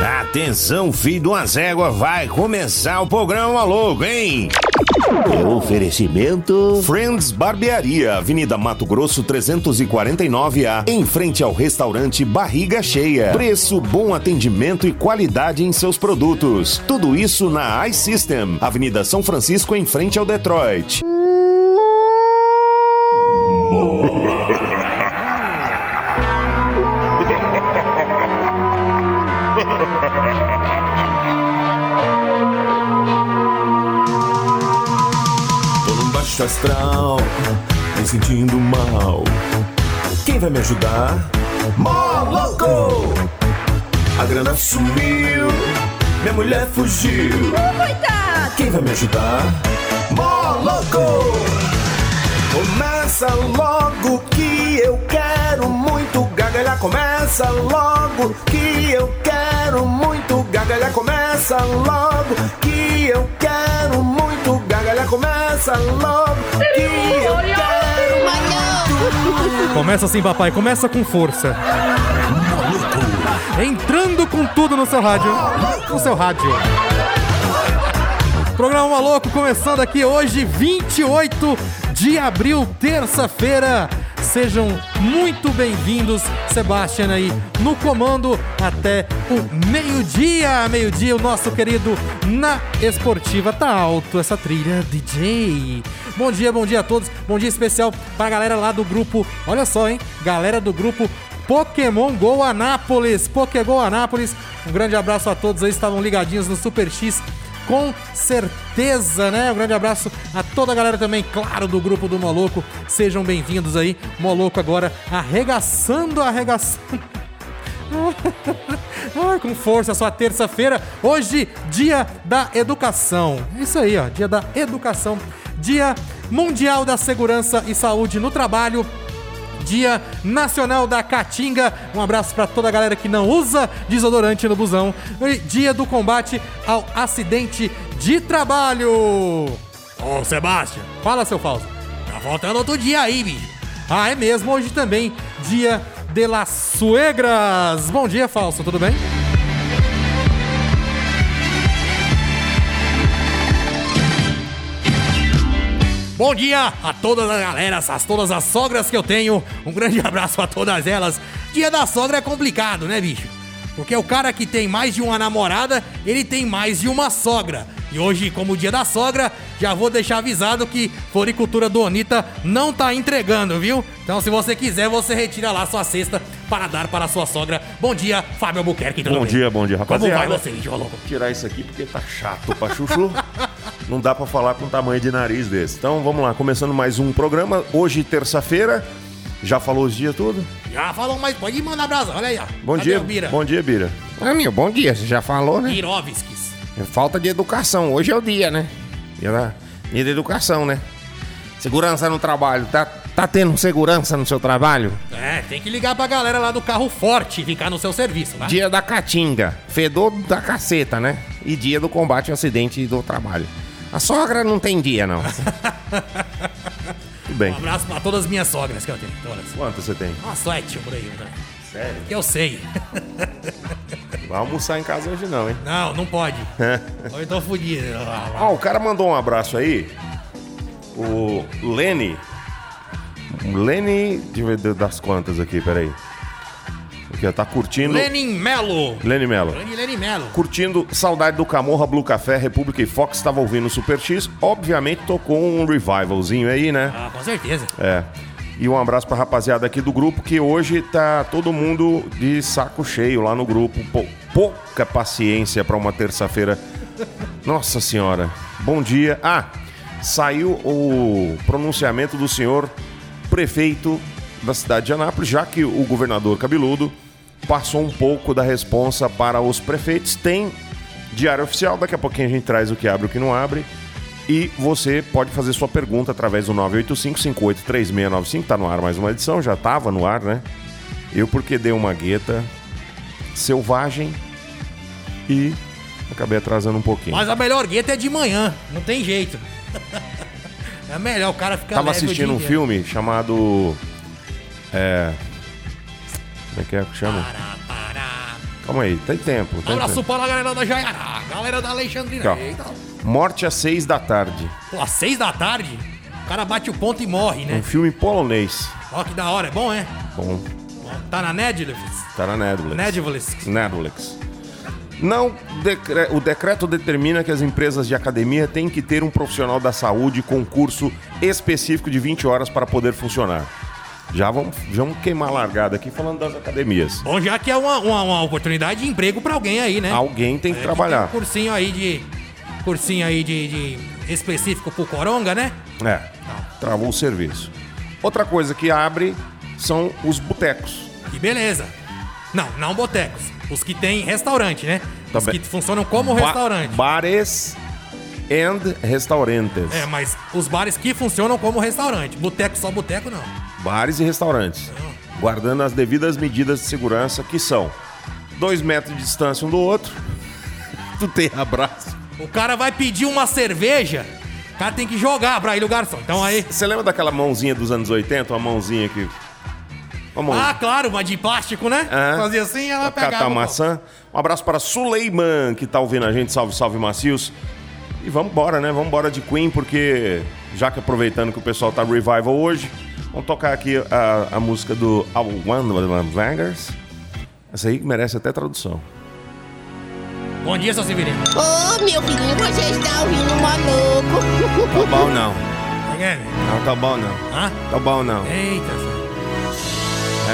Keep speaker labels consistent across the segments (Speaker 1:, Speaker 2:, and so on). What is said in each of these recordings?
Speaker 1: Atenção, filho de uma zégua, vai começar o programa louco, hein?
Speaker 2: É um oferecimento.
Speaker 1: Friends Barbearia, Avenida Mato Grosso 349A, em frente ao restaurante Barriga Cheia. Preço, bom atendimento e qualidade em seus produtos. Tudo isso na iSystem, Avenida São Francisco, em frente ao Detroit.
Speaker 3: Tô num baixo astral, me sentindo mal. Quem vai me ajudar? Moloco! A grana sumiu, minha mulher fugiu. Quem vai me ajudar? Moloco! Começa logo que eu quero muito gargalhar. Começa logo que eu quero muito gargalhar. Começa logo que eu quero muito gargalhar. Começa logo que eu quero
Speaker 4: Começa assim, papai, começa com força. Entrando com tudo no seu rádio. No seu rádio. Programa Maluco começando aqui hoje, 28 de abril, terça-feira. Sejam muito bem-vindos, Sebastian aí no comando até o meio-dia. Meio-dia, o nosso querido na esportiva. Tá alto essa trilha, DJ. Bom dia, bom dia a todos. Bom dia especial pra galera lá do grupo. Olha só, hein? Galera do grupo Pokémon Go Anápolis, Pokégol Anápolis. Um grande abraço a todos aí, estavam ligadinhos no Super X. Com certeza, né? Um grande abraço a toda a galera também, claro, do grupo do Moloco. Sejam bem-vindos aí. Moloco agora arregaçando, arregaçando. Ai, com força, sua terça-feira. Hoje, dia da educação. É isso aí, ó. Dia da educação. Dia Mundial da Segurança e Saúde no Trabalho. Dia Nacional da Caatinga. Um abraço para toda a galera que não usa desodorante no busão. E dia do combate ao acidente de trabalho. Ô, Sebastião. Fala, seu Fausto. Tá voltando outro dia aí, bicho. Ah, é mesmo. Hoje também, dia de las suegras. Bom dia, Fausto. Tudo bem? Bom dia a todas as galeras, a todas as sogras que eu tenho. Um grande abraço a todas elas. Dia da sogra é complicado, né, bicho? Porque o cara que tem mais de uma namorada, ele tem mais de uma sogra. E hoje, como dia da sogra, já vou deixar avisado que Floricultura Donita não tá entregando, viu? Então, se você quiser, você retira lá sua cesta para dar para a sua sogra. Bom dia, Fábio Albuquerque. tudo
Speaker 5: Bom
Speaker 4: bem?
Speaker 5: dia, bom dia,
Speaker 4: Como
Speaker 5: rapaziada.
Speaker 4: vai você,
Speaker 6: assim,
Speaker 4: bicho
Speaker 6: um
Speaker 4: louco?
Speaker 5: Tirar isso aqui porque tá chato pra chuchu. Não dá pra falar com um tamanho de nariz desse. Então vamos lá, começando mais um programa. Hoje, terça-feira. Já falou os dias tudo?
Speaker 4: Já falou, mas pode mandar brasa, olha aí, ó.
Speaker 5: Bom
Speaker 4: Cadê
Speaker 5: dia.
Speaker 4: o Bira?
Speaker 5: Bom dia, Bira.
Speaker 6: Amigo, bom dia, você já falou, né?
Speaker 4: Birovskis.
Speaker 6: Falta de educação, hoje é o dia, né? Dia da, dia da educação, né? Segurança no trabalho, tá, tá tendo segurança no seu trabalho?
Speaker 4: É, tem que ligar pra galera lá do carro forte ficar no seu serviço, né?
Speaker 6: Dia da caatinga, fedor da caceta, né? E dia do combate ao acidente do trabalho. A sogra não tem dia, não.
Speaker 5: Tudo
Speaker 4: Um
Speaker 5: bem.
Speaker 4: abraço pra todas as minhas sogras que eu tenho, todas.
Speaker 5: Quanto você tem?
Speaker 4: Uma sorte por aí, cara.
Speaker 5: Sério?
Speaker 4: Que eu sei.
Speaker 5: Vai almoçar em casa hoje não, hein?
Speaker 4: Não, não pode. Ou então fodido.
Speaker 5: Ah, o cara mandou um abraço aí. O Lene. Lene. Deixa eu ver das quantas aqui, peraí. Aqui, ó, tá curtindo.
Speaker 4: Lenin Melo.
Speaker 5: Lene Mello.
Speaker 4: Grande Lenin Melo.
Speaker 5: curtindo Saudade do Camorra, Blue Café, República e Fox, estava ouvindo o Super X, obviamente tocou um revivalzinho aí, né?
Speaker 4: Ah, com certeza.
Speaker 5: É. E um abraço pra rapaziada aqui do grupo, que hoje tá todo mundo de saco cheio lá no grupo. Pou- pouca paciência pra uma terça-feira. Nossa senhora. Bom dia. Ah, saiu o pronunciamento do senhor prefeito da cidade de Anápolis, já que o governador Cabeludo passou um pouco da responsa para os prefeitos. Tem diário oficial, daqui a pouquinho a gente traz o que abre e o que não abre. E você pode fazer sua pergunta através do 985-583695. Tá no ar mais uma edição, já tava no ar, né? Eu porque dei uma gueta selvagem e acabei atrasando um pouquinho.
Speaker 4: Mas a melhor gueta é de manhã. Não tem jeito. É melhor o cara ficar
Speaker 5: Tava
Speaker 4: leve o
Speaker 5: assistindo
Speaker 4: dia
Speaker 5: um
Speaker 4: inteiro.
Speaker 5: filme chamado. É. Como é que é que chama?
Speaker 4: Pará, pará.
Speaker 7: Calma aí, tem tempo. Tem
Speaker 4: Abraço
Speaker 7: tempo.
Speaker 4: para a galera da Jaiará, galera da Alexandrina.
Speaker 7: Aqui, ó.
Speaker 4: Eita.
Speaker 7: Morte às seis da tarde.
Speaker 4: Pô, às seis da tarde, o cara bate o ponto e morre, né?
Speaker 7: Um filme polonês.
Speaker 4: Ó, que da hora, é bom, é?
Speaker 7: Bom,
Speaker 4: Tá na Netflix?
Speaker 7: tá na Netflix.
Speaker 4: Netflix.
Speaker 7: Netflix. Não, decre- o decreto determina que as empresas de academia têm que ter um profissional da saúde com curso específico de 20 horas para poder funcionar. Já vamos, já vamos queimar a largada aqui falando das academias.
Speaker 4: Bom, já que é uma, uma, uma oportunidade de emprego pra alguém aí, né?
Speaker 7: Alguém tem que trabalhar.
Speaker 4: Tem um cursinho aí de. Cursinho aí de, de específico pro Coronga, né?
Speaker 7: É, travou o serviço. Outra coisa que abre são os botecos.
Speaker 4: E beleza. Não, não botecos. Os que tem restaurante, né?
Speaker 7: Tá
Speaker 4: Os
Speaker 7: bem.
Speaker 4: que funcionam como
Speaker 7: Ba-
Speaker 4: Um restaurante.
Speaker 7: bares and restaurantes.
Speaker 4: É, mas os bares que funcionam como restaurante. Boteco só boteco, não.
Speaker 7: bares e restaurantes, guardando as devidas medidas de segurança que são dois metros de distância um do outro. tu tem abraço.
Speaker 4: O cara vai pedir uma cerveja, o cara tem que jogar pra ele o garçom. Então aí.
Speaker 7: Você lembra daquela mãozinha dos anos 80? Uma mãozinha que. Uma mãozinha.
Speaker 4: Ah, claro, mas de plástico, né?
Speaker 7: Aham.
Speaker 4: Fazia assim ela
Speaker 7: É. Pra
Speaker 4: pegava.
Speaker 7: catar
Speaker 4: o-
Speaker 7: maçã. Um abraço para Suleiman, que tá ouvindo a gente. Salve, salve, macios. E vamos embora, né? Vamos embora de Queen, porque já que aproveitando que o pessoal tá revival hoje, vamos tocar aqui a, a música do Al One Vangers. Essa aí que merece até tradução.
Speaker 4: Bom dia, seu Severino.
Speaker 8: Ô, meu filhinho, você está ouvindo maluco?
Speaker 7: Tá bom não.
Speaker 4: Tá vendo?
Speaker 7: Não tá bom não.
Speaker 4: Hã?
Speaker 7: Tá bom não.
Speaker 4: Eita, filho.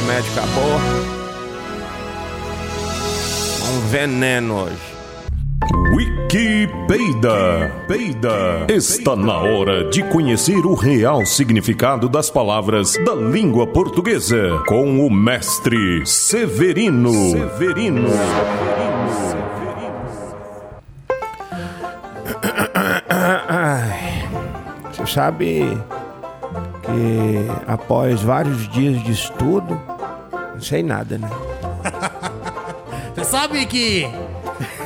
Speaker 7: Remédio acabou. Um veneno hoje.
Speaker 1: Wiki Peida. Peida. Está na hora de conhecer o real significado das palavras da língua portuguesa com o mestre Severino. Severino.
Speaker 5: Você sabe que após vários dias de estudo, não sei nada, né?
Speaker 4: Você sabe que.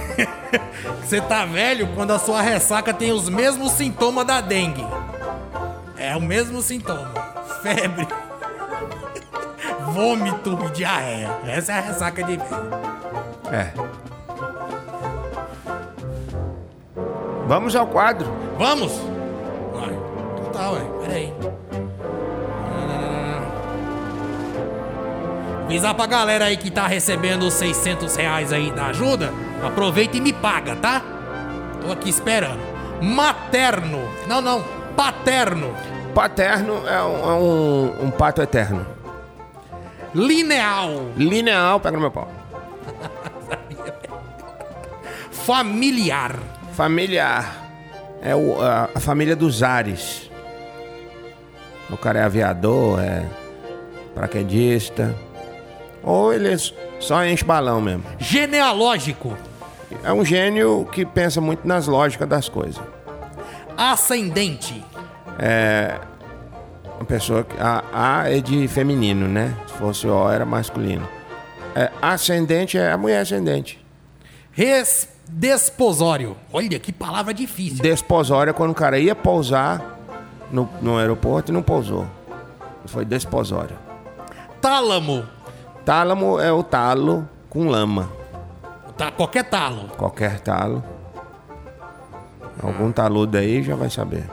Speaker 4: Você tá velho quando a sua ressaca tem os mesmos sintomas da dengue. É o mesmo sintoma. Febre. Vômito e diarreia. Essa é a ressaca de velho.
Speaker 5: É. Vamos ao quadro.
Speaker 4: Vamos? Vai. Então tá, ué. Peraí. Avisar pra galera aí que tá recebendo os 600 reais aí da ajuda. Aproveita e me paga, tá? Tô aqui esperando. Materno. Não, não. Paterno.
Speaker 5: Paterno é um, é um- um pato eterno.
Speaker 4: Lineal.
Speaker 5: Lineal, pega no meu pau.
Speaker 4: Familiar.
Speaker 5: Familiar. É o- a, a família dos ares. O cara é aviador, é paraquedista. Ou ele s- só enche balão mesmo.
Speaker 4: Genealógico.
Speaker 5: É um gênio que pensa muito nas lógicas das coisas.
Speaker 4: Ascendente.
Speaker 5: Uma pessoa que. A, a é de feminino, né? Se fosse O, era masculino. É, ascendente é a mulher ascendente.
Speaker 4: Res... Desposório. Olha que palavra difícil.
Speaker 5: Desposório é quando o cara ia pousar no, no aeroporto e não pousou. Foi desposório.
Speaker 4: Tálamo.
Speaker 5: Tálamo é o talo com lama.
Speaker 4: Tá, qualquer talo.
Speaker 5: Qualquer talo. Algum taludo aí já vai saber.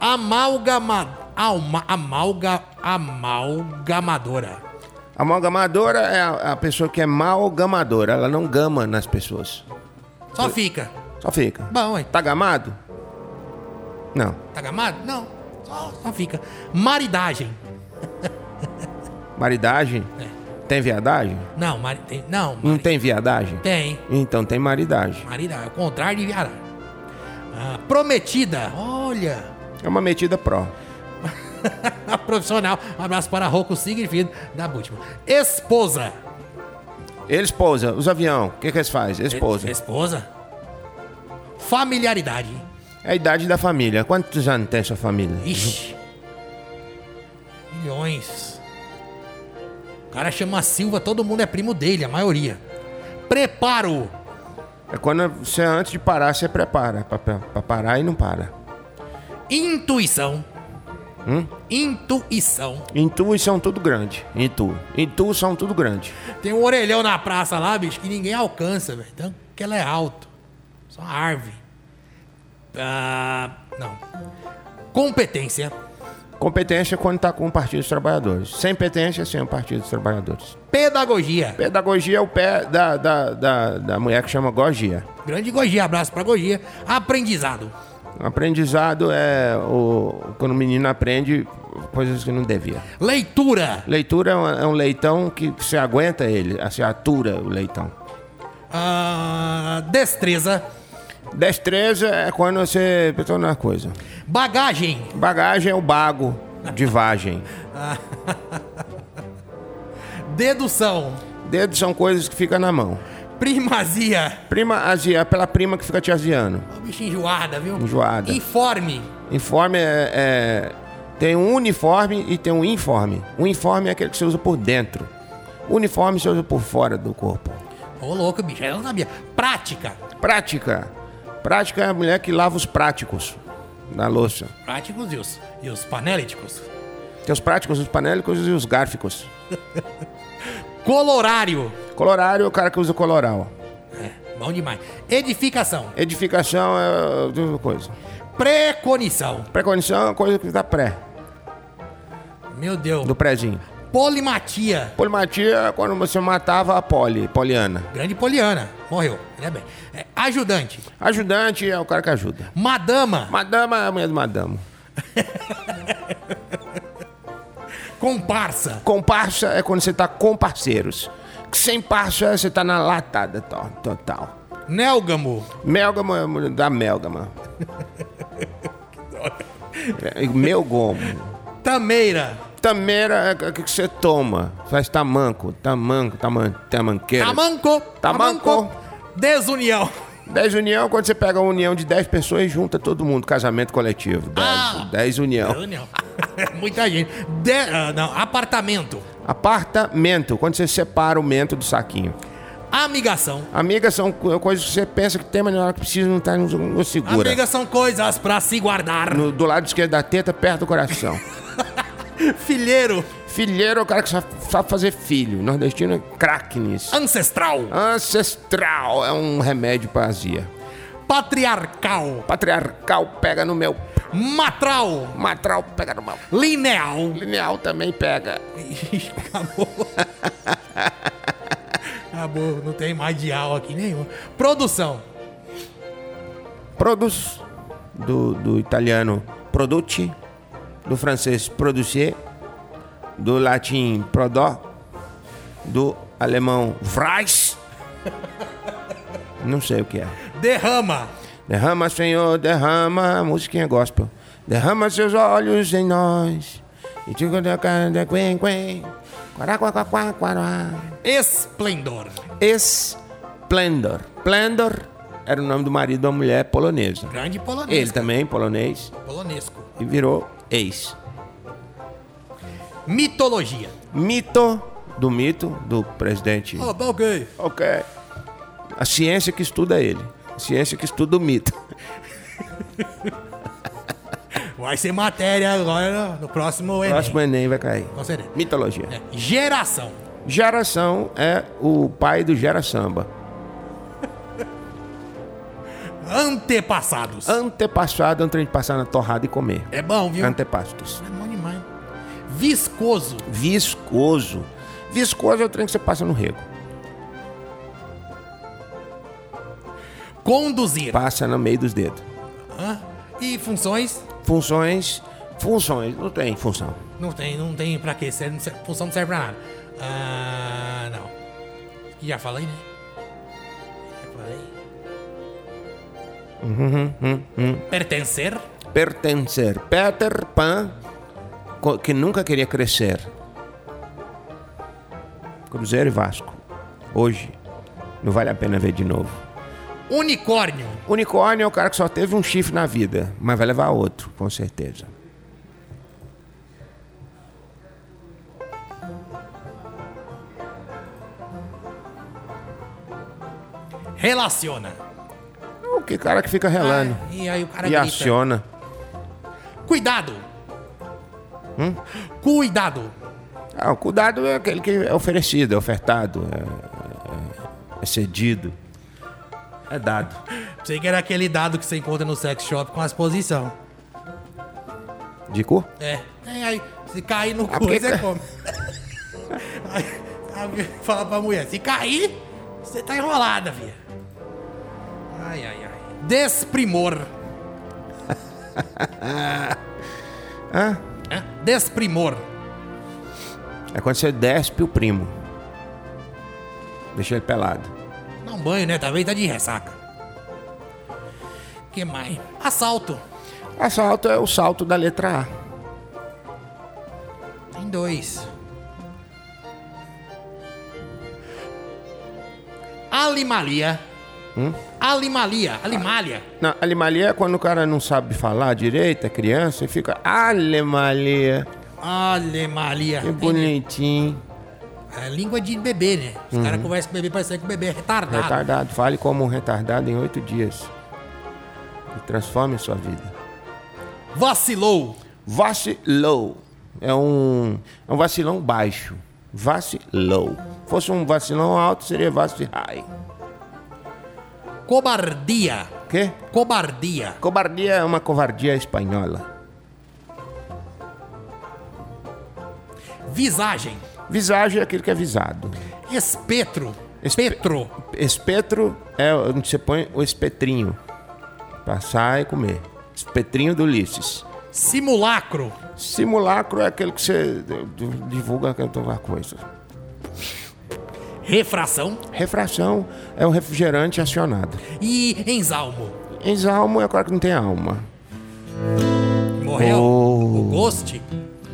Speaker 4: Amalgama... Alma... Amalga... Amalgamadora.
Speaker 5: Amalgamadora é a, a pessoa que é malgamadora. Ela não gama nas pessoas.
Speaker 4: Só fica.
Speaker 5: Só fica.
Speaker 4: Bom, hein?
Speaker 5: Tá gamado? Não.
Speaker 4: Tá gamado? Não. Só, só fica. Maridagem.
Speaker 5: Maridagem? Tem viadagem?
Speaker 4: Não, mari... tem- Não,
Speaker 5: Não
Speaker 4: mari...
Speaker 5: tem viadagem?
Speaker 4: tem.
Speaker 5: Então tem maridagem.
Speaker 4: Maridagem. É o contrário de viará. Ah, prometida. Olha.
Speaker 5: É uma metida pró.
Speaker 4: Profissional. abraço para Rocco Signifido da Bútima. Esposa.
Speaker 5: Eles pousam, os avião, o que, que eles fazem? Eles pousam.
Speaker 4: Esposa. Familiaridade.
Speaker 5: É a idade da família. Quantos anos tem sua família?
Speaker 4: Ixi. Milhões. O cara chama Silva, todo mundo é primo dele, a maioria. Preparo.
Speaker 5: É quando você, antes de parar, você prepara. Pra, pra- pra parar e não para.
Speaker 4: Intuição. Intuição.
Speaker 5: Em tu são tudo grande. Em tu. Em tu são tudo grande.
Speaker 4: Tem um orelhão na praça lá, bicho, que ninguém alcança, velho. Então, porque ela é alto. Só uma árvore. Ah, não. Competência.
Speaker 5: Competência quando tá com o Partido dos Trabalhadores. Sem competência, sem o Partido dos Trabalhadores.
Speaker 4: Pedagogia.
Speaker 5: Pedagogia é o pé da, da, da, da mulher que chama Gogia.
Speaker 4: Grande Gogia, abraço pra Gogia. Aprendizado.
Speaker 5: Aprendizado é o, quando o menino aprende coisas que não devia.
Speaker 4: Leitura.
Speaker 5: Leitura é um, é um leitão que você aguenta ele, assim, atura o leitão.
Speaker 4: Ah, destreza.
Speaker 5: Destreza é quando você pensou na coisa.
Speaker 4: Bagagem.
Speaker 5: Bagagem é o bago de vagem.
Speaker 4: Dedução.
Speaker 5: Dedos são coisas que ficam na mão.
Speaker 4: Primazia.
Speaker 5: Prima azia, pela prima que fica te aziando.
Speaker 4: Ô, bicho enjoada, viu?
Speaker 5: Enjoada.
Speaker 4: Informe.
Speaker 5: Informe é, é- Tem um uniforme e tem um informe. O uniforme é aquele que você usa por dentro. O uniforme você usa por fora do corpo.
Speaker 4: Ô, louco, bicho, eu não sabia. Prática.
Speaker 5: Prática. Prática é a mulher que lava os práticos na louça.
Speaker 4: Práticos e os, e os panéliticos.
Speaker 5: Tem os práticos, os panélicos e os gráficos.
Speaker 4: Colorário.
Speaker 5: Colorário é o cara que usa coloral.
Speaker 4: É, bom demais. Edificação.
Speaker 5: Edificação é outra coisa.
Speaker 4: Preconição.
Speaker 5: Preconição é uma coisa que dá pré,
Speaker 4: Meu Deus.
Speaker 5: do prézinho.
Speaker 4: Polimatia.
Speaker 5: Polimatia é quando você matava a poli, poliana.
Speaker 4: Grande Poliana. Morreu. Ele é bem. É, ajudante.
Speaker 5: Ajudante é o cara que ajuda.
Speaker 4: Madama.
Speaker 5: Madama é a mulher do madamo.
Speaker 4: Comparsa.
Speaker 5: Comparsa é quando você tá com parceiros. Que Sem parça, você tá na latada to- total.
Speaker 4: Nélgamo.
Speaker 5: Melgama é a mulher da melgama. É, e Meu gomo.
Speaker 4: Tameira.
Speaker 5: Tameira é o que que você toma. Faz tamanco, tamanco, taman, tamanqueira.
Speaker 4: Tamanco.
Speaker 5: Tamanco.
Speaker 4: Desunião.
Speaker 5: Dez união é quando você pega a união de dez pessoas e junta todo mundo. Casamento coletivo. Dez,
Speaker 4: Ah.
Speaker 5: dez união.
Speaker 4: Desunião. Muita gente. De, ah, não. Apartamento.
Speaker 5: Apartamento, quando você separa o mento do saquinho.
Speaker 4: Amigação.
Speaker 5: Amigas são co- coisas que você pensa que tem, mas na hora que precisa não tá não, não segura.
Speaker 4: Amigas são coisas pra se guardar.
Speaker 5: No- do lado esquerdo da teta, perto do coração.
Speaker 4: Filheiro.
Speaker 5: Filheiro é o cara que sabe, sabe fazer filho. Nordestino é craque nisso.
Speaker 4: Ancestral.
Speaker 5: Ancestral é um remédio pra azia.
Speaker 4: Patriarcal.
Speaker 5: Patriarcal pega no meu.
Speaker 4: Matral.
Speaker 5: Matral pega no meu.
Speaker 4: Lineal.
Speaker 5: Lineal também pega.
Speaker 4: Ixi, Acabou. Acabou, não tem mais dial aqui nenhum. Produção.
Speaker 5: Produz, do, do italiano produci, do francês producer, do latim prodó, do alemão fries. Não sei o que é.
Speaker 4: Derrama.
Speaker 5: Derrama, Senhor, derrama, musiquinha gospel. Derrama seus olhos em nós. E te colocando, quen, quen. Quará, quá, quá, quá, quará.
Speaker 4: Esplendor.
Speaker 5: Esplendor. Splendor era o nome do marido de uma mulher polonesa.
Speaker 4: Grande
Speaker 5: Ele
Speaker 4: polonês.
Speaker 5: também, polonês,
Speaker 4: Polonesco.
Speaker 5: e virou ex.
Speaker 4: Mitologia.
Speaker 5: Mito do mito do presidente.
Speaker 4: Ó, oh, ok.
Speaker 5: Ok. A ciência que estuda ele. A ciência que estuda o mito.
Speaker 4: Vai ser matéria agora no, no próximo Enem.
Speaker 5: Próximo Enem vai cair.
Speaker 4: Com certeza.
Speaker 5: Mitologia.
Speaker 4: É. Geração.
Speaker 5: Geração é o pai do Gera Samba.
Speaker 4: Antepassados.
Speaker 5: Antepassado antes de passar na torrada e comer.
Speaker 4: É bom, viu?
Speaker 5: Antepastos.
Speaker 4: É bom demais. Viscoso.
Speaker 5: Viscoso. Viscoso é o trem que você passa no rego.
Speaker 4: Conduzir.
Speaker 5: Passa no meio dos dedos.
Speaker 4: Hã? E funções?
Speaker 5: Funções. Funções. Não tem função.
Speaker 4: Não tem, não tem pra quê. Serve, não serve- função não serve pra nada. Ah, não. Que já falei, né? Já falei. Pertencer.
Speaker 5: Pertencer. Peter Pan, co- que nunca queria crescer. Cruzeiro e Vasco. Hoje. Não vale a pena ver de novo.
Speaker 4: Unicórnio.
Speaker 5: Unicórnio é o cara que só teve um chifre na vida, mas vai levar outro, com certeza.
Speaker 4: Relaciona.
Speaker 5: O que cara que fica relando
Speaker 4: Ah, e aí o cara
Speaker 5: e
Speaker 4: grita.
Speaker 5: aciona.
Speaker 4: Cuidado. Cuidado.
Speaker 5: Ah, o cuidado é aquele que é oferecido, é ofertado, é- é- é cedido, é dado.
Speaker 4: Sei que era aquele dado que você encontra no sex shop com as posição.
Speaker 5: De cor?
Speaker 4: É. Tem aí. Se cair no
Speaker 5: Ah,
Speaker 4: cu,
Speaker 5: porque-
Speaker 4: você come. aí, aí fala pra mulher, se cair, você tá enrolada, filha. Ai, ai, ai. Desprimor. Hã? Desprimor.
Speaker 5: É quando você despe o primo. Deixa ele pelado.
Speaker 4: Dá um banho, né? Talvez tá de ressaca. Que mais? Assalto.
Speaker 5: Assalto é o salto da letra A.
Speaker 4: Tem dois. Alimalia.
Speaker 5: Hum?
Speaker 4: Alimalia. Alimalha.
Speaker 5: Não, alimalia é quando o cara não sabe falar direito, é criança, e fica alimalia,
Speaker 4: Alimalia.
Speaker 5: que bonitinho,
Speaker 4: É língua de bebê, né? Os
Speaker 5: Uhum.
Speaker 4: caras conversam com o bebê, parece que o bebê é retardado.
Speaker 5: retardado. Fale como um retardado em oito dias. E transforme sua vida.
Speaker 4: Vacilou.
Speaker 5: Vacilou. É um, é um vacilão baixo. Vacilou. Fosse um vacilão alto, seria vacilai.
Speaker 4: Cobardia.
Speaker 5: Quê?
Speaker 4: Cobardia.
Speaker 5: Cobardia é uma covardia espanhola.
Speaker 4: Visagem.
Speaker 5: Visagem é aquele que é visado.
Speaker 4: Espetro.
Speaker 5: Espe-
Speaker 4: Espetro.
Speaker 5: Espetro é onde você põe o espetrinho. Passar e comer. Espetrinho do Ulisses.
Speaker 4: Simulacro.
Speaker 5: Simulacro é aquele que você divulga aquela coisa.
Speaker 4: Refração.
Speaker 5: Refração é o refrigerante acionado.
Speaker 4: E ensalmo.
Speaker 5: Exalmo é o cara que não tem alma.
Speaker 4: Morreu.
Speaker 5: Oh.
Speaker 4: O Ghost.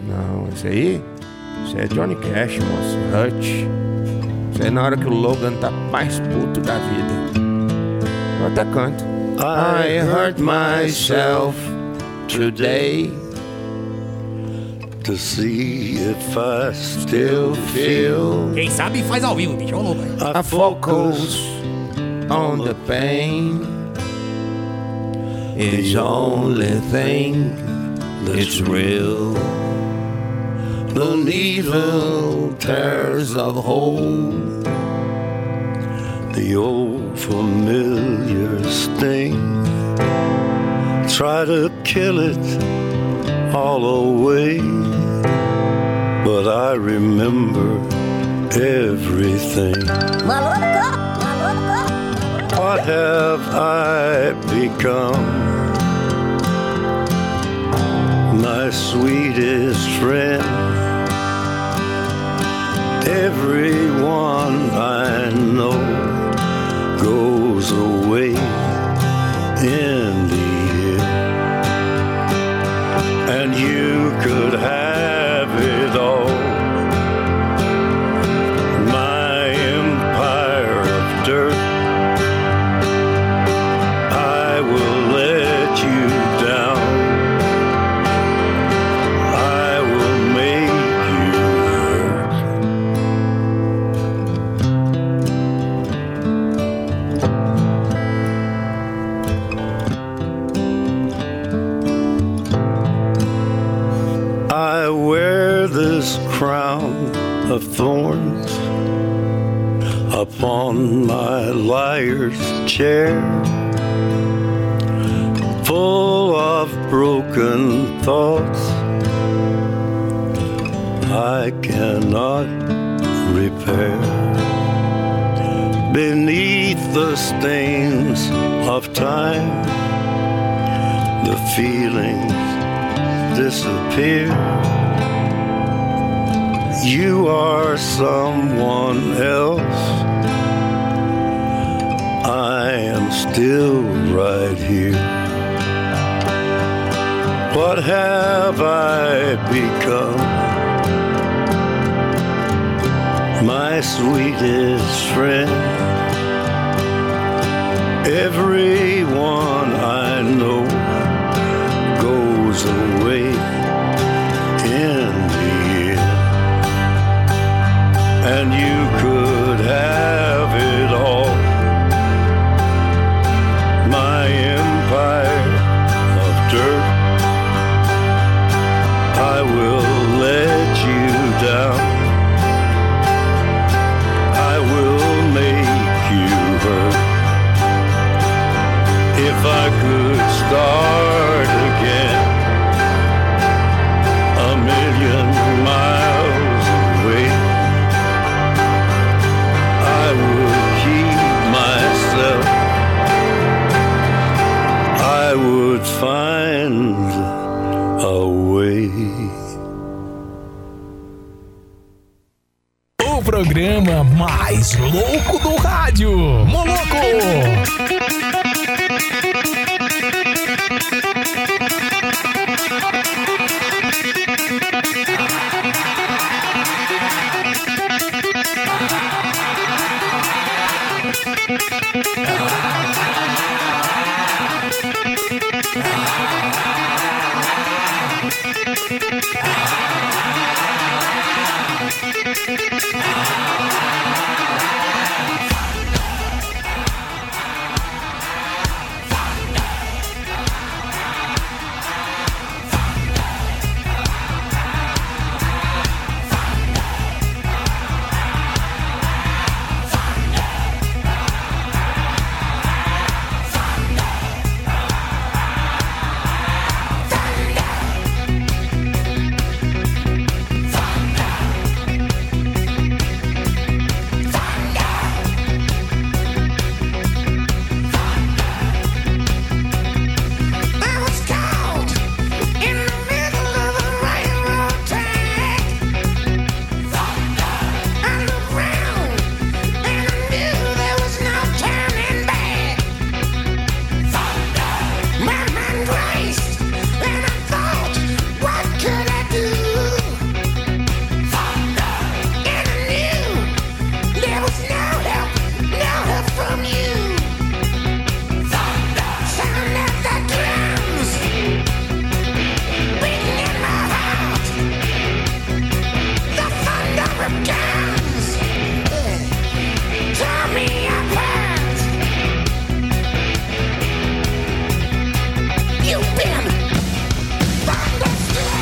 Speaker 5: Não, esse aí, isso aí é Johnny Cash, moço. Hutch. Isso aí é na hora que o Logan tá mais puto da vida. Eu até canto. I hurt myself today
Speaker 9: To see if I still feel
Speaker 4: Quem sabe faz ao vivo, bicho. Ô, louco. hein?
Speaker 9: I
Speaker 5: I focus on the pain. It's only thing
Speaker 9: that's real.
Speaker 5: the evil tears of home.
Speaker 9: The old familiar sting. Try to kill it all away. But I remember everything. What have I become? My sweetest friend. Everyone I know goes away in the end. And you could have it all. My empire of dirt. I will let you down. I will make you hurt. I wear this crown of thorns upon my liar's chair, full of broken thoughts I cannot repair. Beneath the stains of time, the feelings disappear. You are someone else. I am still right here. What have I become? My sweetest friend. Everyone I know goes away in the end. And you could have it all. My empire of dirt. I will
Speaker 10: programa mais louco do rádio. Moloco!
Speaker 11: I was caught in the middle of a railroad track. I looked round and I knew there was no turning back. My mind raced and I thought, what could I do? And I knew there was no help, no help from you. Sound of the drums, beating in my heart. The thunder of guns tore me apart. You've been thunderstruck.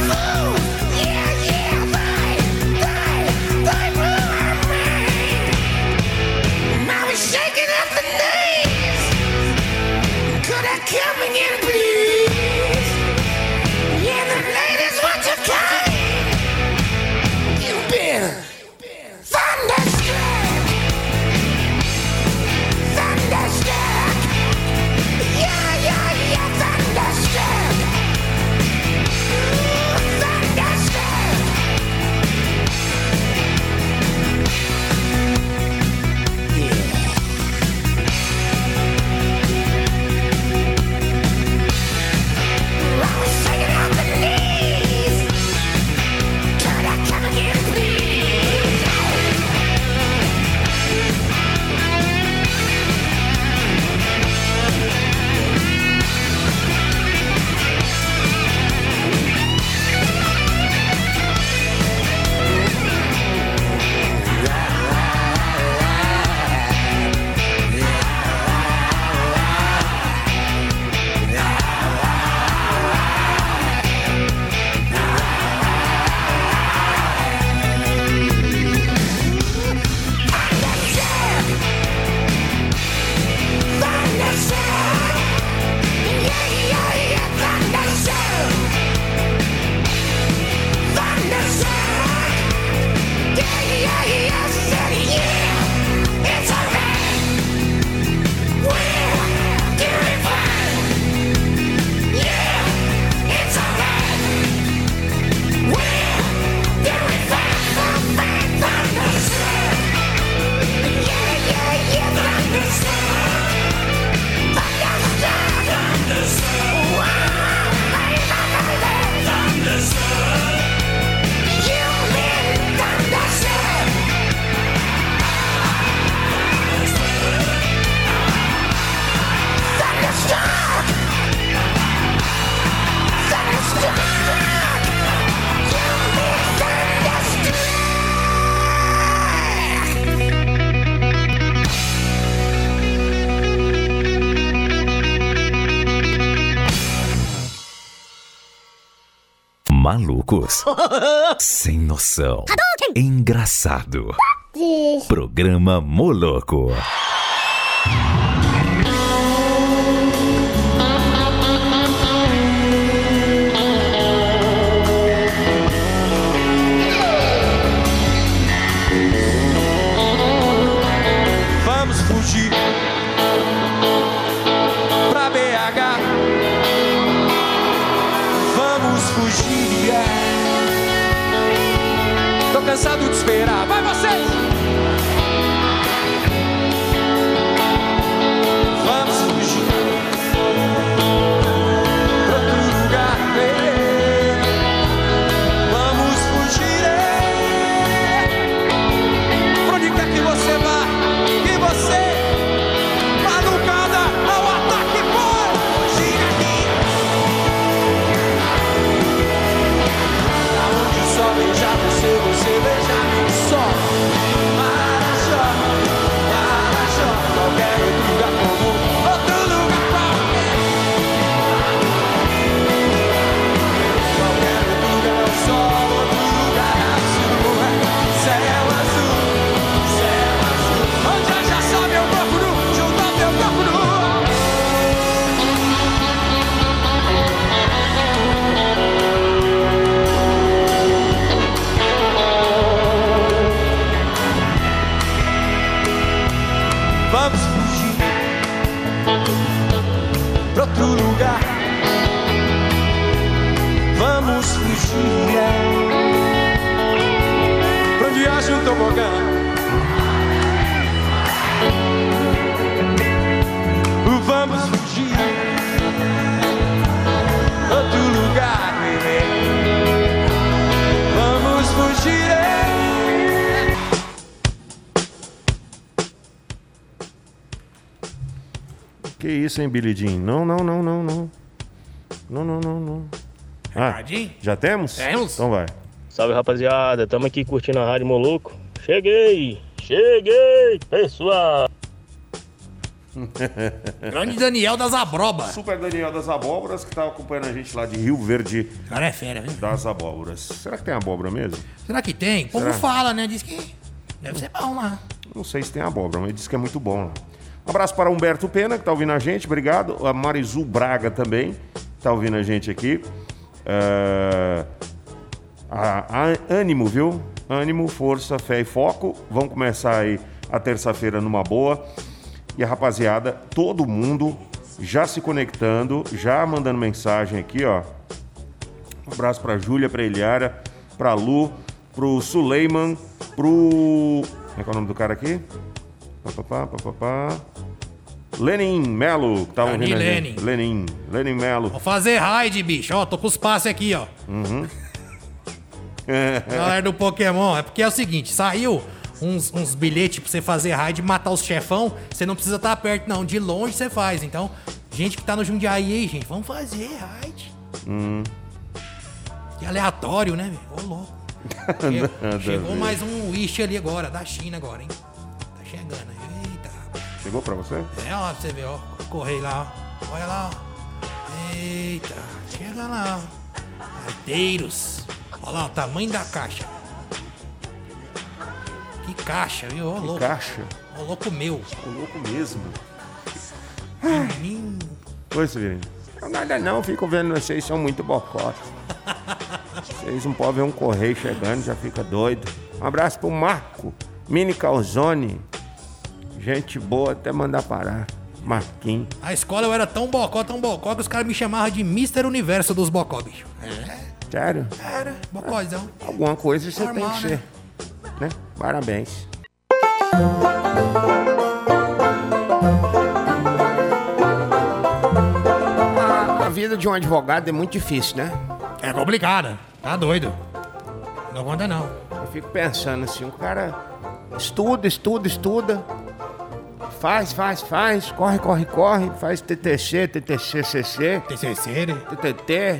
Speaker 11: Yeah, yeah, they, they, they ruined me. I was shaking at the knees. Could I come again, please? Yeah, the ladies want your kind. You've been thunderstruck. Thunderstruck. Yeah, yeah, yeah, thunderstruck. Ooh, Thunderstruck. I was shaking out the knees. Could I come again, please? Yeah, yeah, yeah, thunderstruck.
Speaker 10: Malucos. Sem noção.
Speaker 8: Hadouken!
Speaker 12: Engraçado. Programa Moloco.
Speaker 3: Vamos fugir pra BH. Vamos fugir. é. Tô cansado de esperar. Vai vocês! Vamos fugir pra outro lugar. é. Vamos fugir. é. Pra onde quer que você vá, que você vá no cada ao ataque. Bora fugir aqui. Aonde só beijar você, você beijar mim só. Marajó, Marajó, qualquer outro lugar comum, outro lugar qualquer. Qualquer outro lugar é só, outro lugar azul, é céu azul, céu azul. Onde já sobe meu corpo nu, junto ao teu corpo nu. Vamos fugir pra outro lugar. Vamos fugir é. pra onde haja um tobogã. Vamos fugir pra outro lugar. é. Vamos fugir. é.
Speaker 5: Que isso, hein, Billy Jean? Não, não, não, não, não. Não, não, não, não. Ah, já temos? Temos. Então vai.
Speaker 9: Salve rapaziada, tamo aqui curtindo a Rádio Moloco. Cheguei! Cheguei, pessoal!
Speaker 4: Grande Daniel das Abrobas.
Speaker 5: Super Daniel das Abóboras, que tá acompanhando a gente lá de Rio Verde.
Speaker 4: Cara, é fera, viu?
Speaker 5: Das Abóboras. Será que tem abóbora mesmo?
Speaker 4: Será que tem? O povo
Speaker 5: Será?
Speaker 4: fala, né? Diz que deve ser bom lá.
Speaker 5: Não sei se tem abóbora, mas ele disse que é muito bom. né? Um abraço para Humberto Pena, que tá ouvindo a gente, obrigado. A Marizu Braga também, tá ouvindo a gente aqui. É, a- a- ânimo, viu? Ânimo, força, fé e foco. Vamos começar aí a terça-feira numa boa. E a rapaziada, todo mundo já se conectando, já mandando mensagem aqui, ó. Um abraço pra Júlia, pra Eliara, pra Lu, pro Suleiman, pro. Como é que é o nome do cara aqui? Pá, pá, pá, pá, pá, pá. Lenin Melo, que tá
Speaker 4: Dani
Speaker 5: ouvindo a gente.
Speaker 4: Lenin.
Speaker 5: Lenin, Lenin Melo.
Speaker 4: Vou fazer raid, bicho. Ó, tô com os passes aqui, ó.
Speaker 5: Uhum.
Speaker 4: Galera do Pokémon, é porque é o seguinte, saiu uns, uns bilhetes pra você fazer raid, matar os chefão, você não precisa estar perto, não. De longe você faz. Então, gente que tá no Jundiaí aí, gente, vamos fazer raid.
Speaker 5: Hum.
Speaker 4: Que aleatório, né, velho? Ô, louco.
Speaker 5: Nada a
Speaker 4: Chegou
Speaker 5: ver.
Speaker 4: mais um Wish ali agora, da China agora, hein? Tá chegando aí.
Speaker 5: Chegou pra você?
Speaker 4: É, ó, pra você ver, ó. Correi lá, ó. Olha lá, ó. Eita, chega lá, ó. Arteiros. Olha lá o tamanho da caixa. Que caixa, viu? Ô, louco.
Speaker 5: Caixa.
Speaker 4: Ô, louco meu.
Speaker 5: Ô, louco mesmo.
Speaker 4: Menino.
Speaker 5: Oi, Severino. Não, nada não, fico vendo vocês, são muito bocó. Vocês não podem ver um correio chegando, já fica doido. Um abraço pro Marco, Mini Calzone. Gente boa, até mandar parar. Marquinhos.
Speaker 4: A escola eu era tão bocó, tão bocó, que os caras me chamavam de Mr. Universo dos bocó, bicho.
Speaker 5: Sério?
Speaker 4: Era, bocózão.
Speaker 5: Alguma coisa você
Speaker 4: Normal,
Speaker 5: tem que ser. Né? Parabéns. A, a vida de um advogado é muito difícil, né?
Speaker 4: É complicada. Tá doido. Não conta não.
Speaker 13: Eu fico pensando assim, o cara estuda, estuda, estuda. Faz, faz, faz, corre, corre, corre, faz TTC, TTC, CC.
Speaker 4: TCC, né?
Speaker 13: TTT,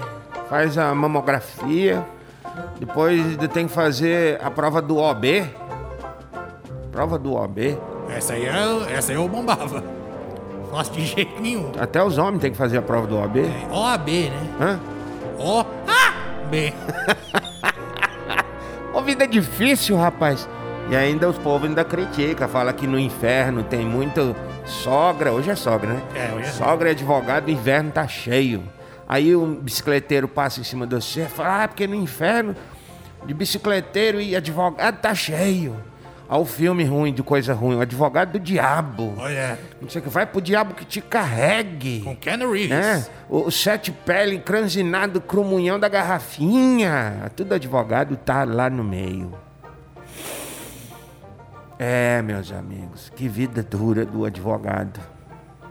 Speaker 13: faz a mamografia. Depois ainda tem que fazer a prova do OB. Prova do OB.
Speaker 4: Essa aí, eu, essa aí eu bombava. Nossa, de jeito nenhum.
Speaker 13: Até os homens têm que fazer a prova do OB.
Speaker 4: OAB, né?
Speaker 13: Hã?
Speaker 4: O. A. B.
Speaker 13: Ô, vida
Speaker 14: vida é difícil, rapaz. E ainda os povos ainda criticam, fala que no inferno tem muito sogra, hoje é sogra, né?
Speaker 4: É, hoje é
Speaker 14: sogra e advogado, o inverno tá cheio. Aí um bicicleteiro passa em cima de você e fala, ah, porque no inferno de bicicleteiro e advogado tá cheio. Olha o filme ruim de coisa ruim, o advogado do diabo.
Speaker 4: Olha.
Speaker 14: Não sei o que, vai pro diabo que te carregue. Com
Speaker 4: Keanu Reeves.
Speaker 14: É, o, o sete pele, cranzinado, crumunhão da garrafinha. Tudo advogado tá lá no meio. É, meus amigos, que vida dura do advogado,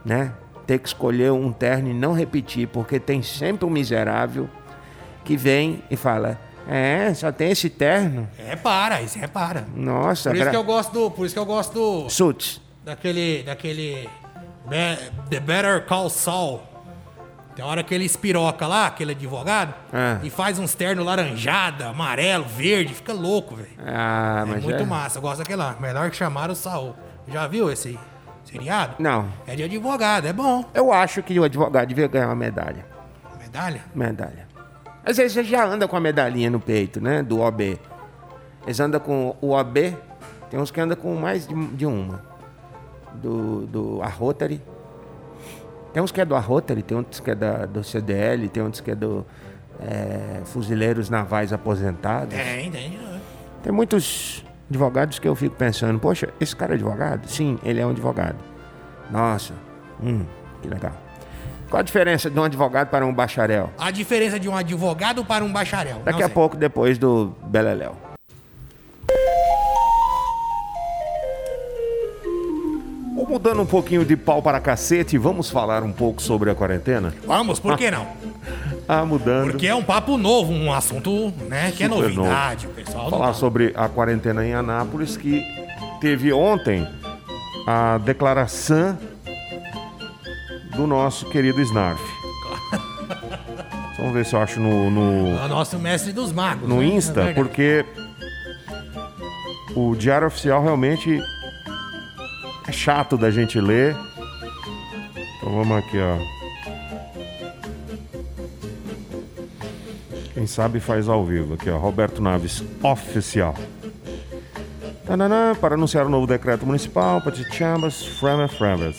Speaker 14: né? Ter que escolher um terno e não repetir, porque tem sempre um miserável que vem e fala, é, só tem esse terno?
Speaker 4: É, Repara, isso repara.
Speaker 14: Nossa,
Speaker 4: Por isso
Speaker 14: gra-
Speaker 4: que eu gosto do. Por isso que eu gosto do.
Speaker 14: Suits.
Speaker 4: Daquele. Daquele. Be- The Better Call Saul. Tem hora que ele espiroca lá, aquele advogado,
Speaker 14: Ah.
Speaker 4: e faz uns ternos laranjada, amarelo, verde, fica louco, velho.
Speaker 14: Ah,
Speaker 4: É
Speaker 14: mas
Speaker 4: muito
Speaker 14: é-
Speaker 4: massa, eu gosto daquele lá. Melhor que chamaram o Saul. Já viu esse seriado?
Speaker 14: Não.
Speaker 4: É de advogado, é bom.
Speaker 14: Eu acho que o advogado devia ganhar uma medalha.
Speaker 4: Medalha?
Speaker 14: Medalha. Às vezes você já anda com a medalhinha no peito, né? Do OB. Eles andam com o OB, tem uns que andam com mais de, de uma. Do, do a Rotary. Tem uns que é do a Rotary, tem outros que é da, do CDL, tem outros que é do é, Fuzileiros Navais Aposentados.
Speaker 4: Tem, tem.
Speaker 14: Tem muitos advogados que eu fico pensando, poxa, esse cara é advogado? Sim, ele é um advogado. Nossa, hum, que legal. Qual a diferença de um advogado para um bacharel?
Speaker 4: A diferença de um advogado para um bacharel.
Speaker 14: Daqui
Speaker 4: Não
Speaker 14: a
Speaker 4: sei.
Speaker 14: pouco, depois do Beleléu.
Speaker 5: Ou mudando um pouquinho de pau para cacete, vamos falar um pouco sobre a quarentena?
Speaker 4: Vamos, por que não?
Speaker 5: Ah, mudando.
Speaker 4: Porque é um papo novo, um assunto, né, que é
Speaker 5: Super novo.
Speaker 4: novidade, o pessoal. não
Speaker 5: Falar
Speaker 4: tá-
Speaker 5: sobre a quarentena em Anápolis, que teve ontem a declaração do nosso querido Snarf. Vamos ver se eu acho no,
Speaker 4: É o
Speaker 5: no,
Speaker 4: nosso mestre dos magos.
Speaker 5: no
Speaker 4: né? É
Speaker 5: Insta,
Speaker 4: verdade.
Speaker 5: porque o Diário Oficial realmente é chato da gente ler. Então vamos aqui, ó. Quem sabe faz ao vivo. Aqui, ó. Roberto Naves, oficial. Tananã, para anunciar o novo decreto municipal, Patichambas, Frama Framas.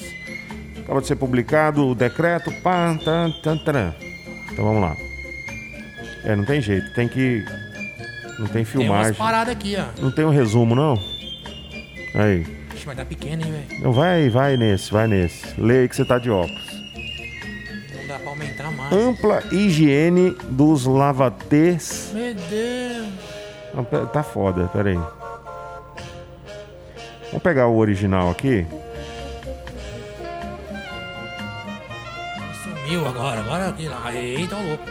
Speaker 5: Acaba de ser publicado o decreto. Pá, tan, tan, taran. Então vamos lá. É, não tem jeito, tem que. Não
Speaker 4: Tem
Speaker 5: tem
Speaker 4: umas
Speaker 5: filmagem.
Speaker 4: paradas aqui, ó.
Speaker 5: Não tem um resumo, não? Aí.
Speaker 4: Ixi, mas tá pequeno, hein, velho?
Speaker 5: Não, vai, vai nesse, vai nesse. Lê aí que você tá de óculos.
Speaker 4: Não dá pra aumentar mais.
Speaker 5: Ampla higiene dos lavatês.
Speaker 4: Meu Deus.
Speaker 5: Não, pe- Tá foda, peraí. Vamos pegar o original aqui.
Speaker 4: Sumiu agora, agora aqui lá. Ei, tão louco.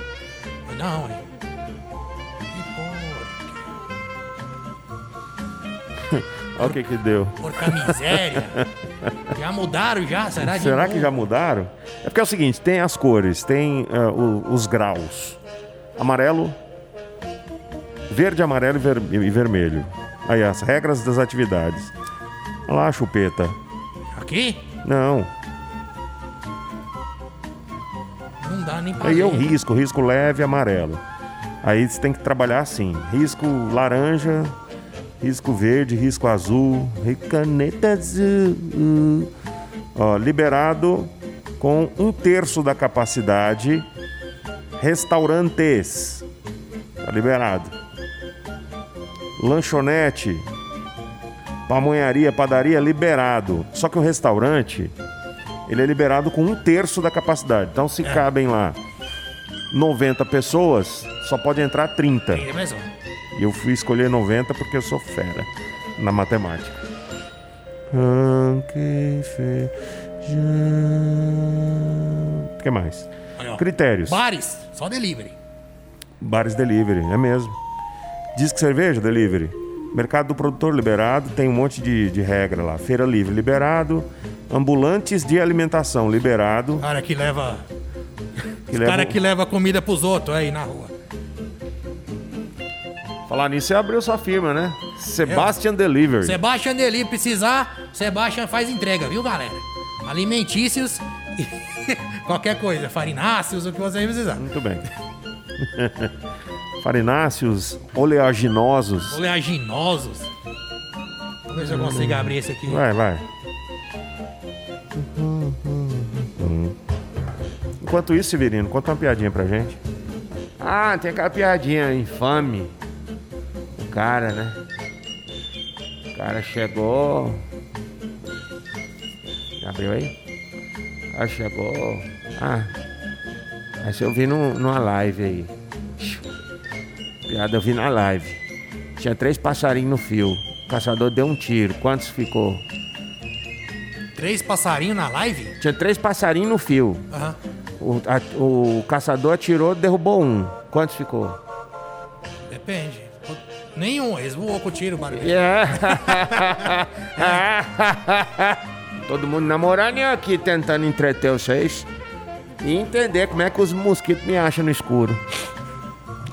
Speaker 4: Mas Não, hein? Que porra.
Speaker 5: Olha o que que deu.
Speaker 4: Porca miséria. Já mudaram já? Será, de
Speaker 5: Será
Speaker 4: novo?
Speaker 5: que já mudaram? É porque é o seguinte, tem as cores, tem ah, o- os graus. Amarelo, verde, amarelo e, ver- e vermelho. Aí as regras das atividades. Olha lá, chupeta.
Speaker 4: Aqui?
Speaker 5: Não.
Speaker 4: Não dá nem pra
Speaker 5: Aí é o
Speaker 4: ler.
Speaker 5: risco, risco leve amarelo. Aí você tem que trabalhar assim: risco laranja, risco verde, risco azul, ri- caneta azul. Ó, liberado com um terço da capacidade. Restaurantes. Tá liberado. Lanchonete. Pamonharia, padaria, liberado. Só que o restaurante, ele é liberado com um terço da capacidade. Então, se cabem lá 90 pessoas, só pode entrar 30.
Speaker 4: Ainda mais um.
Speaker 5: E eu fui escolher 90 porque eu sou fera na matemática. Ranque, feijão. O que mais?
Speaker 4: Olha, ó.
Speaker 5: Critérios.
Speaker 4: Bares, só delivery.
Speaker 5: Bares delivery, é mesmo. Diz que cerveja, delivery. Mercado do produtor liberado, tem um monte de, de regra lá. Feira livre liberado. Ambulantes de alimentação liberado.
Speaker 4: Cara que leva.
Speaker 5: Que
Speaker 4: Cara
Speaker 5: leva-
Speaker 4: que leva comida pros outros aí na rua.
Speaker 5: Falar nisso, você abriu sua firma, né?
Speaker 4: É.
Speaker 5: Sebastian Delivery.
Speaker 4: Sebastian Deli precisar, Sebastian faz entrega, viu, galera? Alimentícios e qualquer coisa, farináceos, o que você precisar.
Speaker 5: Muito bem.
Speaker 7: Farináceos oleaginosos.
Speaker 4: Oleaginosos. Vamos ver se eu consigo abrir esse aqui.
Speaker 7: Vai, vai. uhum, Enquanto isso, Severino, conta uma piadinha pra gente.
Speaker 5: Ah, tem aquela piadinha infame. O cara, né? O cara chegou. Já abriu aí? O cara chegou. Ah. Essa eu vi num- numa live aí. Piada eu vi na live. Tinha três passarinhos no fio. O caçador deu um tiro. Quantos ficou?
Speaker 4: Três passarinhos na live?
Speaker 5: Tinha três passarinhos no fio.
Speaker 4: Aham.
Speaker 5: O, a- o caçador atirou, derrubou um. Quantos ficou?
Speaker 4: Depende. Nenhum, eles voou com o tiro, barulho.
Speaker 5: É. Todo mundo namorando e eu aqui tentando entreter vocês e entender como é que os mosquitos me acham no escuro.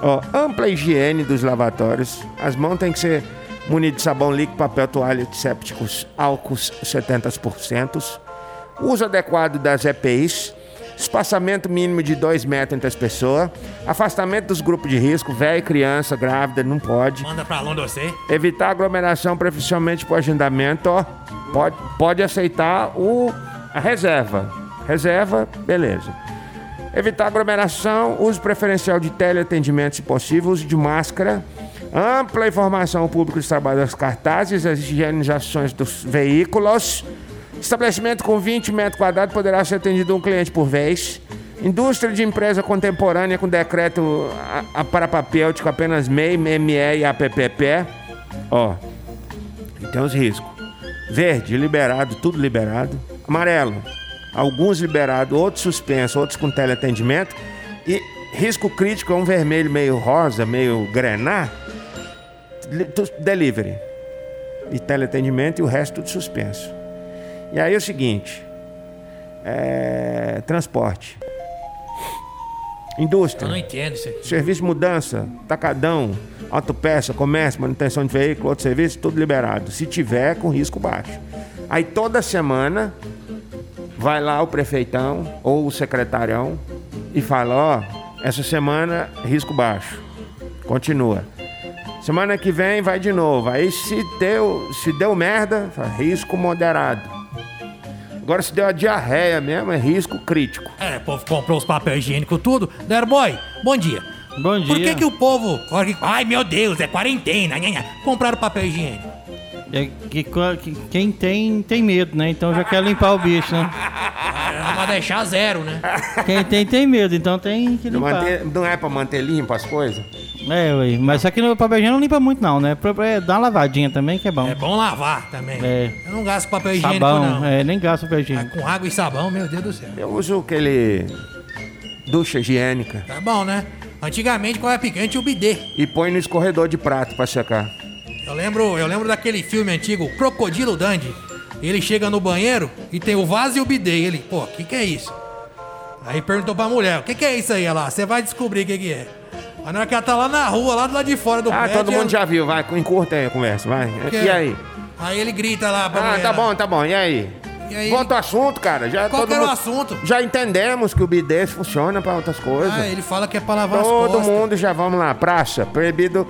Speaker 5: Ó, ampla higiene dos lavatórios. As mãos têm que ser munidas de sabão líquido, papel, toalha, antissépticos, álcools 70%. Uso adequado das EPIs. Espaçamento mínimo de 2 metros entre as pessoas. Afastamento dos grupos de risco. Velho, criança, grávida, não pode.
Speaker 4: Manda pra longe você.
Speaker 5: Evitar aglomeração profissionalmente por agendamento, ó. Pode, pode aceitar o, a reserva. Reserva, beleza. Evitar aglomeração, uso preferencial de teleatendimento se possível, uso de máscara. Ampla informação ao público dos trabalhadores cartazes, as higienizações dos veículos. Estabelecimento com 20 metros quadrados poderá ser atendido um cliente por vez. Indústria de empresa contemporânea com decreto a, a parapapêutico apenas MEI, ME e APPP. Ó, e tem os riscos. Verde, liberado, tudo liberado. Amarelo, alguns liberados, outros suspensos, outros com teleatendimento. E risco crítico é um vermelho meio rosa, meio grená. Li- tu- Delivery. E teleatendimento e o resto tudo suspenso. E aí é o seguinte. É, transporte.
Speaker 4: Eu
Speaker 5: Indústria.
Speaker 4: não entendo isso aqui.
Speaker 5: Serviço de mudança, tacadão, autopeça, comércio, manutenção de veículo, outro serviço, tudo liberado. Se tiver, com risco baixo. Aí toda semana vai lá o prefeitão ou o secretarião e fala, ó, essa semana risco baixo. Continua. Semana que vem vai de novo. Aí se deu, se deu merda, fala, risco moderado. Agora se deu a diarreia mesmo, é risco crítico.
Speaker 4: É, o povo comprou os papéis higiênicos, tudo. Derboy, bom dia. Bom Por que,
Speaker 15: dia.
Speaker 4: que o povo. Ai, meu Deus, é quarentena. nhanhá. Compraram papel higiênico.
Speaker 15: É que, que- quem tem, tem medo, né? Então já quer limpar o bicho, né?
Speaker 4: Era pra deixar zero, né?
Speaker 15: Quem tem, tem medo, então tem que
Speaker 5: Não,
Speaker 15: limpar.
Speaker 5: manter- não é pra manter limpo as coisas?
Speaker 15: É, ué. Mas só que no papel higiênico não limpa muito, não, né? Pro- É, dá uma lavadinha também, que é bom. É
Speaker 4: bom lavar também.
Speaker 15: É.
Speaker 4: Eu não gasto papel higiênico,
Speaker 15: Sabão,
Speaker 4: não.
Speaker 15: é, nem gasta papel higiênico.
Speaker 4: Com água e sabão, meu Deus do céu.
Speaker 5: Eu uso aquele ducha higiênica
Speaker 4: Tá bom, né? Antigamente, qual é era picante? O bidê.
Speaker 5: e põe no escorredor de prato pra secar.
Speaker 4: Eu lembro, eu lembro daquele filme antigo, Crocodilo Dandy. Ele chega no banheiro e tem o vaso e o bidê. Ele, pô, o que, que é isso? Aí perguntou pra mulher, o que, que é isso aí? Ela, você vai descobrir o que, que é. Aí na hora que ela tá lá na rua, lá do lado de fora do
Speaker 5: Ah,
Speaker 4: prédio...
Speaker 5: todo mundo
Speaker 4: ela-
Speaker 5: já viu, vai, encurta aí a conversa, vai.
Speaker 4: Que-
Speaker 5: E é aí?
Speaker 4: Aí ele grita lá pra
Speaker 5: Ah,
Speaker 4: mulher.
Speaker 5: tá bom, tá bom, e aí?
Speaker 4: E aí?
Speaker 5: Volta ao assunto, cara. Já
Speaker 4: Qual
Speaker 5: todo
Speaker 4: que era o
Speaker 5: mundo-
Speaker 4: assunto?
Speaker 5: Já entendemos que o bidê funciona pra outras coisas.
Speaker 4: Ah, ele fala que é pra lavar as
Speaker 5: então. Todo
Speaker 4: costas.
Speaker 5: mundo já, vamos lá, praça, proibido,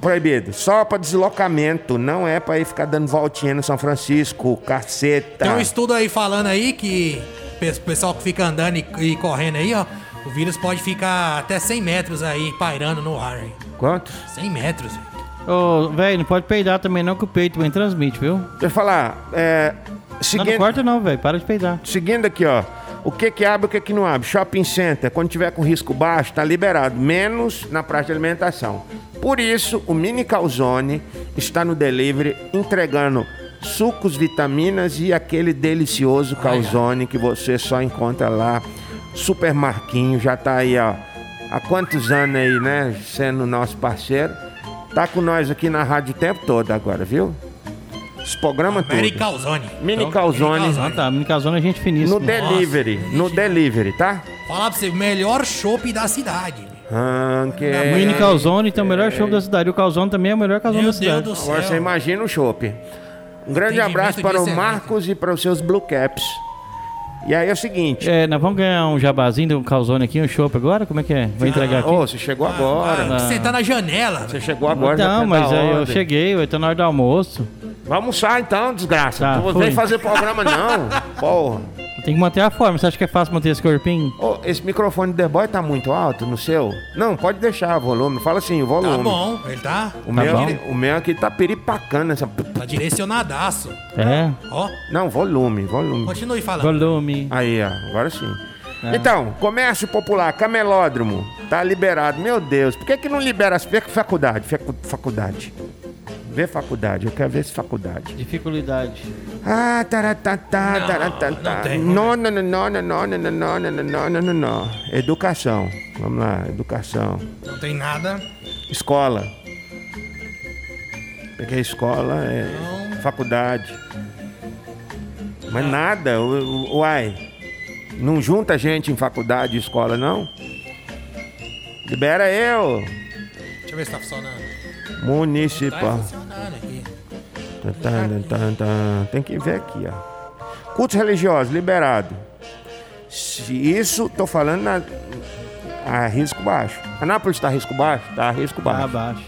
Speaker 5: proibido. Só pra deslocamento, não é pra ir ficar dando voltinha no São Francisco, caceta.
Speaker 4: Tem um estudo aí falando aí que o pessoal que fica andando e, e correndo aí, ó, o vírus pode ficar até 100 metros aí pairando no ar. Hein?
Speaker 5: Quantos?
Speaker 4: 100 metros. hein?
Speaker 15: Ô, velho, não pode peidar também, não, que o peito também transmite, viu?
Speaker 5: Deixa eu falar, é. Seguindo...
Speaker 15: Não, não corta não, velho, para de peidar.
Speaker 5: Seguindo aqui, ó. O que que abre, o que que não abre? Shopping center, quando tiver com risco baixo, tá liberado, menos na praça de alimentação. Por isso, o Mini Calzone está no delivery entregando sucos, vitaminas e aquele delicioso calzone que você só encontra lá. Super Marquinho, já tá aí, ó. Há quantos anos aí, né? Sendo nosso parceiro. Tá com nós aqui na rádio o tempo todo agora, viu? Esse programa todo.
Speaker 4: Mary Calzone.
Speaker 5: Mini
Speaker 4: Então,
Speaker 5: Calzone. né?
Speaker 4: Mini Calzone.
Speaker 15: Tá, mini calzone é gente finíssima.
Speaker 5: No delivery, no delivery, tá?
Speaker 4: Falar pra você, o melhor chopp da cidade.
Speaker 15: O
Speaker 5: Ranking.
Speaker 15: mini calzone, então, o melhor show da cidade. O calzone também é o melhor calzone da cidade.
Speaker 5: Agora você imagina o chopp. Um grande
Speaker 15: Atendimento
Speaker 5: abraço
Speaker 15: de
Speaker 5: para o
Speaker 15: excelência.
Speaker 5: Marcos e para os seus Blue Caps. E aí é o seguinte.
Speaker 15: É, nós vamos ganhar um jabazinho, um calzone aqui, um chopp agora? Como é que é?
Speaker 5: Tá.
Speaker 15: Vai entregar aqui?
Speaker 5: Ô, você chegou agora.
Speaker 15: Ah.
Speaker 4: Você tá na janela. Você
Speaker 5: chegou agora. já
Speaker 15: Não,
Speaker 5: quer
Speaker 15: Então, mas
Speaker 5: dar
Speaker 15: aí eu
Speaker 5: ordem.
Speaker 15: cheguei, eu tô na hora do almoço.
Speaker 5: Vamos almoçar então, desgraça.
Speaker 15: Tá,
Speaker 5: não
Speaker 15: fui.
Speaker 5: vem fazer programa não, porra.
Speaker 15: Tem que manter a forma. Você acha que é fácil manter esse corpinho?
Speaker 5: Ô, esse microfone do The Boy tá muito alto no seu? Não, pode deixar o volume. Fala assim, o volume.
Speaker 4: Tá bom, ele tá,
Speaker 5: O,
Speaker 15: Tá
Speaker 5: meu,
Speaker 15: bom.
Speaker 5: aqui, o meu aqui tá peripacando essa...
Speaker 4: tá direcionadaço.
Speaker 15: É?
Speaker 4: Ó,
Speaker 5: Não, volume, volume.
Speaker 4: continue falando.
Speaker 15: Volume.
Speaker 5: Aí, ó, agora sim.
Speaker 15: É.
Speaker 5: Então, comércio popular, camelódromo, tá liberado. Meu Deus, por que, que não libera as facu- faculdade? facu- Faculdade. Vê faculdade, eu quero ver se faculdade.
Speaker 15: Dificuldade.
Speaker 5: Ah, taratata,
Speaker 15: Não,
Speaker 5: taratata.
Speaker 15: não tem.
Speaker 5: Não, não, não, não, não, não, não, não, não, não, não, não, não. Educação. Vamos lá, educação.
Speaker 4: Não tem nada.
Speaker 5: Escola. Porque a escola é faculdade. Mas nada, u- u- uai. Não junta gente em faculdade e escola, não? Libera eu,
Speaker 4: Deixa eu ver se tá funcionando. Tá
Speaker 5: municipal.
Speaker 4: funcionando aqui.
Speaker 5: Tan, tan, tan, tan. Tem que ver aqui, ó. Cultos religiosos, liberado. Se isso, tô falando na, a risco baixo. Anápolis tá a risco baixo? Tá a risco
Speaker 15: Tá
Speaker 5: baixo.
Speaker 15: abaixo.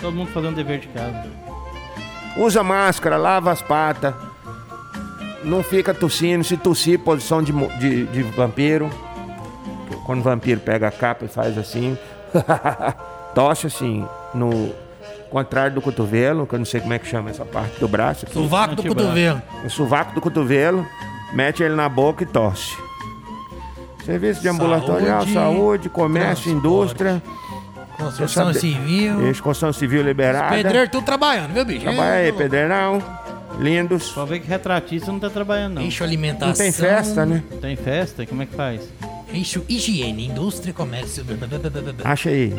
Speaker 15: Todo mundo fazendo dever de casa.
Speaker 5: Usa máscara, lava as patas. Não fica tossindo. Se tossir, posição um de, mo- de, de vampiro. Quando o vampiro pega a capa e faz assim. Tosse assim, no contrário do cotovelo, que eu não sei como é que chama essa parte do braço. aqui.
Speaker 4: Sovaco do
Speaker 15: Antibraço.
Speaker 4: cotovelo.
Speaker 5: O sovaco do cotovelo, mete ele na boca e tosse. Serviço de ambulatorial,
Speaker 4: Saúde,
Speaker 5: saúde, comércio,
Speaker 4: transporte.
Speaker 5: indústria.
Speaker 4: Construção
Speaker 5: sabe-
Speaker 4: civil.
Speaker 5: Ex- Construção civil liberada.
Speaker 4: Pedreiro, tudo trabalhando, viu, bicho?
Speaker 5: Trabalha
Speaker 4: É,
Speaker 5: aí, pedreirão. Lindos.
Speaker 15: Só ver que retratista não tá trabalhando, não.
Speaker 4: Ixo alimentação.
Speaker 5: Não tem festa, né?
Speaker 15: Tem festa? Como é que faz?
Speaker 4: Eixo higiene, indústria, comércio. blá, blá, blá, blá, blá, blá.
Speaker 5: Acha aí.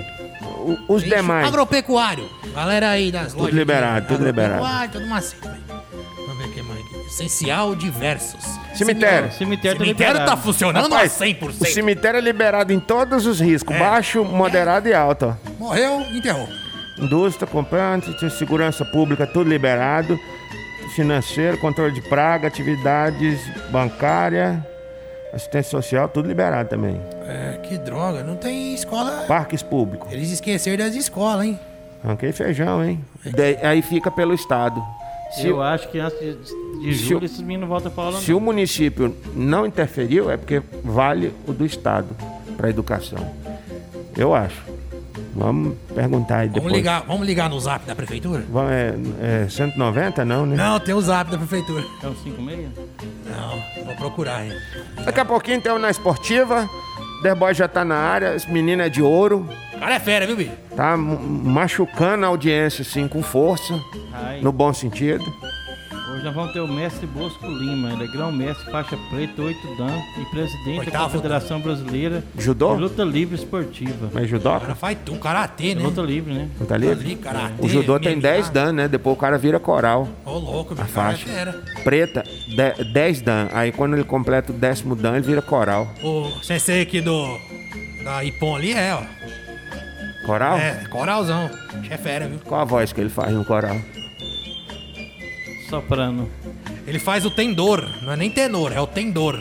Speaker 5: O- os
Speaker 4: Eixo
Speaker 5: demais.
Speaker 4: Agropecuário. Galera aí das
Speaker 5: Tudo
Speaker 4: lojas. de
Speaker 5: liberado, tudo liberado.
Speaker 4: agropecuário, Tudo macete. velho. Vamos ver o que mais aqui. Essencial diversos.
Speaker 5: Cemitério.
Speaker 15: Cemitério, tá
Speaker 4: Cemitério tá
Speaker 15: liberado.
Speaker 4: funcionando
Speaker 5: Rapaz,
Speaker 4: a
Speaker 5: O
Speaker 4: 100%.
Speaker 5: cemitério é liberado em todos os riscos:
Speaker 4: É.
Speaker 5: baixo, moderado e alto. ó.
Speaker 4: Morreu, enterrou.
Speaker 5: Indústria, comprante, segurança pública, tudo liberado. Financeiro, controle de praga, atividades bancária, assistência social, tudo liberado também.
Speaker 4: É, que droga. Não tem escola.
Speaker 5: Parques públicos.
Speaker 4: Eles esqueceram das escolas, hein?
Speaker 5: Ranquei feijão, hein? Daí- aí fica pelo Estado. Se,
Speaker 15: eu acho que antes de, de
Speaker 5: se
Speaker 15: julho
Speaker 5: o-
Speaker 15: esses meninos voltam pra aula,
Speaker 5: se o município não interferiu, é porque vale o do Estado para educação. Eu acho. Vamos perguntar aí depois.
Speaker 4: Vamos ligar, vamos ligar no zap da prefeitura?
Speaker 5: Vamos- É, é 190 não, né?
Speaker 4: Não, tem o zap da prefeitura.
Speaker 15: não. É uns 5 e meia?
Speaker 4: Não, vou procurar hein?
Speaker 5: Daqui a pouquinho tem o na esportiva. The Boy já tá na área, esse menino é de ouro,
Speaker 4: O cara é fera, viu, bicho?
Speaker 5: tá m- machucando a audiência assim com força,
Speaker 15: Ai,
Speaker 5: no bom sentido.
Speaker 15: Hoje nós vamos ter o mestre Bosco Lima, ele é grão-mestre, faixa preta, oito dan e presidente
Speaker 4: Oitavo
Speaker 15: da Confederação Brasileira
Speaker 5: Judô?
Speaker 15: de Luta Livre Esportiva.
Speaker 5: Mas judô?
Speaker 4: O cara faz tudo, karatê, né?
Speaker 15: Luta livre, né?
Speaker 5: Tá livre?
Speaker 4: Ali, karatê,
Speaker 5: O judô tem
Speaker 4: MMA.
Speaker 5: 10 dan, né? Depois o cara vira coral.
Speaker 4: Ô, louco, bicho.
Speaker 5: A
Speaker 4: o cara é
Speaker 5: faixa.
Speaker 4: fera.
Speaker 5: Preta, de- 10 dan. Aí quando ele completa o décimo dan, ele vira coral.
Speaker 4: O sensei aqui do. Da Ipon ali é, ó.
Speaker 5: Coral?
Speaker 4: É, coralzão. Bicho É fera, viu?
Speaker 5: Qual a voz que ele faz no coral?
Speaker 15: Soprano.
Speaker 4: Ele faz o tendor, não é nem tenor, é o tendor.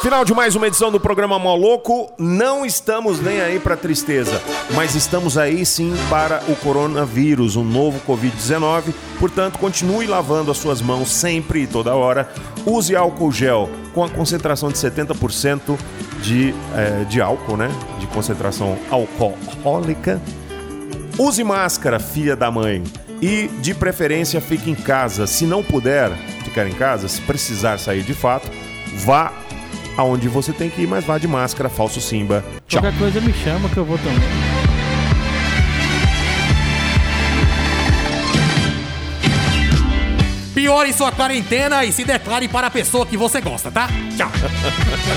Speaker 1: Final de mais uma edição do programa Moloco. Não estamos nem aí para tristeza, mas estamos aí sim para o coronavírus, o novo Covid-19. Portanto, continue lavando as suas mãos sempre e toda hora. Use álcool gel com a concentração de 70% de, eh, de álcool, né? De concentração alcoólica. Use máscara, filha da mãe. E, de preferência, fique em casa. Se não puder ficar em casa, se precisar sair de fato, vá aonde você tem que ir, mas vá de máscara, falso Simba. Tchau.
Speaker 15: Qualquer coisa me chama que eu vou também.
Speaker 4: Piore sua quarentena e se declare para a pessoa que você gosta, tá? Tchau.